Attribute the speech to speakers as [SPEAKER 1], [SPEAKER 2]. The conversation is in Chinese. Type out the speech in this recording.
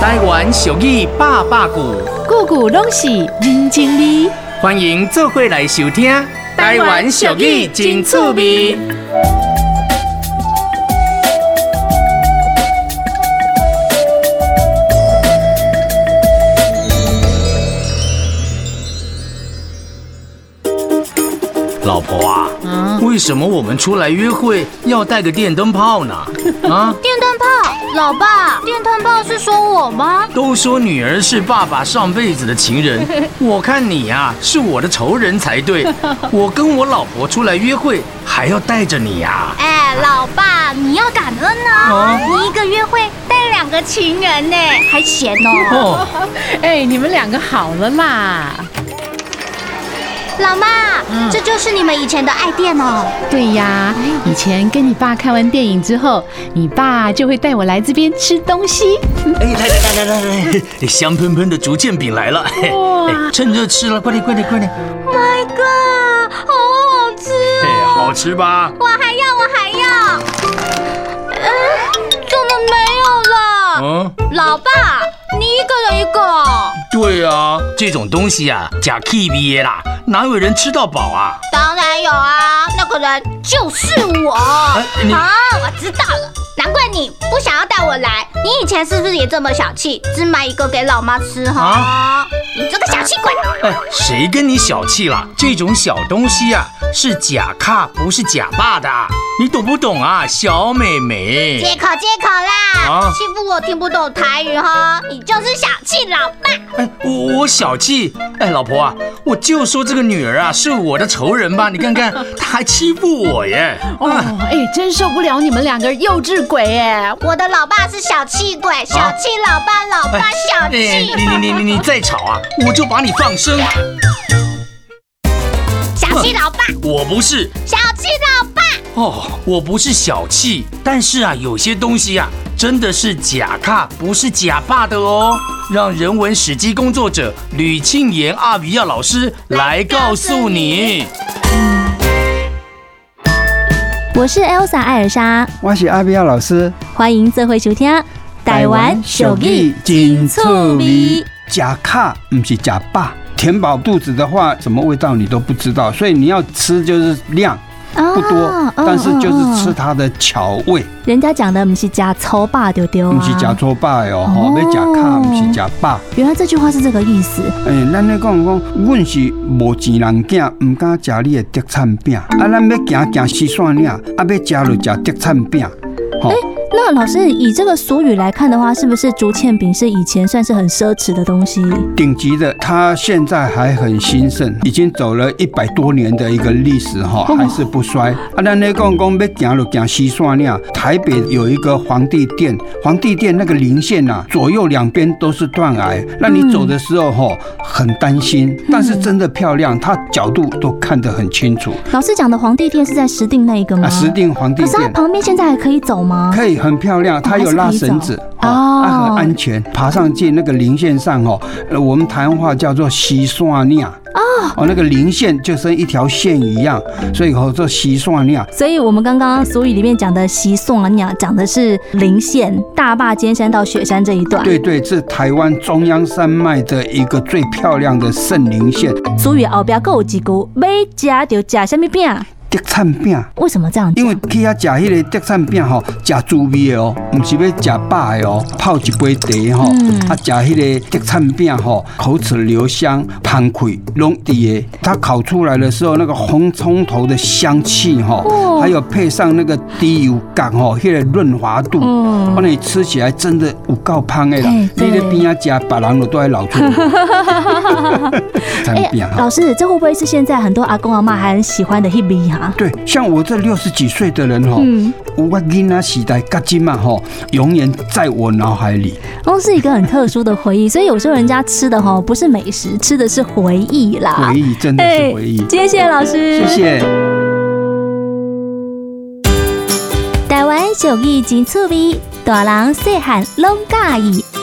[SPEAKER 1] 台湾俗语百百句，
[SPEAKER 2] 句句拢是人情味。
[SPEAKER 1] 欢迎做伙来收听。
[SPEAKER 2] 台湾俗语真趣味。
[SPEAKER 1] 老婆啊，为什么我们出来约会要带个电灯泡呢？啊，
[SPEAKER 3] 电灯泡，老爸，电灯泡是说我吗？
[SPEAKER 1] 都说女儿是爸爸上辈子的情人，我看你呀、是我的仇人才对。我跟我老婆出来约会还要带着你呀、
[SPEAKER 3] 哎，老爸，你要感恩
[SPEAKER 1] 哦
[SPEAKER 3] 啊！你一个约会带两个情人呢，还嫌哦。
[SPEAKER 1] 哦，
[SPEAKER 2] 哎、你们两个好了啦。
[SPEAKER 3] 老妈，这就是你们以前的爱店哦。
[SPEAKER 2] 对呀，以前跟你爸看完电影之后，你爸就会带我来这边吃东西。
[SPEAKER 1] 哎，来来来来来来，哎香喷喷的竹签饼来了，嘿
[SPEAKER 2] 哇
[SPEAKER 1] 哎，趁热吃了，快点快点快点，
[SPEAKER 3] My God，好好吃啊
[SPEAKER 1] 哎，好吃吧？
[SPEAKER 3] 我还要，我还要。哎，怎么没有了？
[SPEAKER 1] 嗯，
[SPEAKER 3] 老爸，你一个人一个哦。
[SPEAKER 1] 对啊，这种东西啊，假 K B A 啦，哪有人吃到饱啊？
[SPEAKER 3] 当然有啊，那个人就是我。
[SPEAKER 1] 你
[SPEAKER 3] 啊，我知道了，难怪你不想要带我来。你以前是不是也这么小气，只买一个给老妈吃哈？你这个小气鬼！
[SPEAKER 1] 哎，谁跟你小气啦？这种小东西啊，是假卡，不是假爸的，啊你懂不懂啊，小美眉？
[SPEAKER 3] 借口借口啦！
[SPEAKER 1] 啊
[SPEAKER 3] 欺负我听不懂台语哈，你就是小气老爸。
[SPEAKER 1] 哎，我我小气，哎，老婆啊，我就说这个女儿啊是我的仇人吧，你看看，她还欺负我耶。
[SPEAKER 2] 哦，哎、真受不了你们两个幼稚鬼哎！
[SPEAKER 3] 我的老爸是小气鬼，小气老爸，老爸小气。
[SPEAKER 1] 哎你你你你你再吵啊，我就把你放生。
[SPEAKER 3] 小气老爸，
[SPEAKER 1] 我不是
[SPEAKER 3] 小气老爸。
[SPEAKER 1] 哦，我不是小气，但是啊，有些东西啊，真的是假卡，不是假爸的哦。让人文史迹工作者吕庆炎阿比亚老师来告诉你。
[SPEAKER 4] 我是 Elsa 艾尔莎，
[SPEAKER 5] 我是阿比亚老师，
[SPEAKER 4] 欢迎做回收听《啊台湾手艺
[SPEAKER 5] 真
[SPEAKER 4] 趣味。
[SPEAKER 5] 假卡不是假霸，填饱肚子的话，什么味道你都不知道，所以你要吃就是量不多，
[SPEAKER 4] 哦
[SPEAKER 5] 但是就是吃
[SPEAKER 4] 哦
[SPEAKER 5] 它的巧味，
[SPEAKER 4] 人家讲的不是假粗霸丢丢啊，
[SPEAKER 5] 嗯不是假作霸哟，吼、
[SPEAKER 4] 哦
[SPEAKER 5] 要假卡不是假霸。
[SPEAKER 4] 原来这句话是这个意思。
[SPEAKER 5] 诶、咱咧讲讲，阮是无钱人囝，毋敢食你的特产饼，啊，咱要行行西山岭，啊，要食就食特产饼，吼、
[SPEAKER 4] 那老师以这个俗语来看的话，是不是竹签饼是以前算是很奢侈的东西？
[SPEAKER 5] 顶级的，它现在还很兴盛，已经走了一百多年的一个历史哈，还是不衰。啊，咱咧讲讲要行路行西山岭，台北有一个皇帝殿，皇帝殿那个林线呐、左右两边都是断崖，那你走的时候吼很担心，但是真的漂亮，它角度都看得很清楚
[SPEAKER 4] 老师讲的皇帝殿是在石碇那一个吗？
[SPEAKER 5] 啊。石定皇
[SPEAKER 4] 嗯
[SPEAKER 5] 帝
[SPEAKER 4] 可是它
[SPEAKER 5] 殿。
[SPEAKER 4] 旁边现在还可以走吗？
[SPEAKER 5] 可以很漂亮，它有拉绳
[SPEAKER 4] 哦还是可
[SPEAKER 5] 子，
[SPEAKER 4] 以走
[SPEAKER 5] 哦它
[SPEAKER 4] 哦
[SPEAKER 5] 很安全。爬上去那个林线上哦，呃，我们台湾话叫做西山岭哦，那个林线就跟一条线一样，所以吼叫西山岭。
[SPEAKER 4] 所以我们刚刚俗语里面讲的“西宋啊鸟”讲的是林县大坝尖山到雪山这一段。
[SPEAKER 5] 对对，是台湾中央山脉的一个最漂亮的圣林线，
[SPEAKER 4] 俗语后边还有一句，要加就加什么饼？
[SPEAKER 5] 特产饼。
[SPEAKER 4] 为什么这样讲？
[SPEAKER 5] 因为去遐食迄个特产饼吼，食滋味的哦，毋是要食饱的哦，泡一杯茶吼，
[SPEAKER 4] 嗯
[SPEAKER 5] 啊食迄个特产饼吼，口齿留香，芳溃拢伫诶。它烤出来的时候，那个红葱头的香气
[SPEAKER 4] 哦
[SPEAKER 5] 吼，还有配上那个低油感吼，迄个润滑度，
[SPEAKER 4] 嗯
[SPEAKER 5] 哇，你吃起来真的有够香的啦！
[SPEAKER 4] 嘿
[SPEAKER 5] 你
[SPEAKER 4] 对
[SPEAKER 5] 咧边啊食，别人就都在流出 来。特产饼啊哈
[SPEAKER 4] 老。师，这会不会是现在很多阿公阿妈还很喜欢的啊 hebe 哈、
[SPEAKER 5] 对，像我这六十几岁的人哈、
[SPEAKER 4] 嗯
[SPEAKER 5] 我囡仔时代甲今嘛吼，永远在我脑海里。
[SPEAKER 4] 都哦是一个很特殊的回忆，所以有时候人家吃的哈不是美食，吃的是回忆啦。
[SPEAKER 5] 回忆真的
[SPEAKER 4] 哎
[SPEAKER 5] 是回忆，
[SPEAKER 4] 今天谢谢老师，
[SPEAKER 5] 谢。谢。
[SPEAKER 4] 台湾俗语真趣味，大人细汉拢喜意。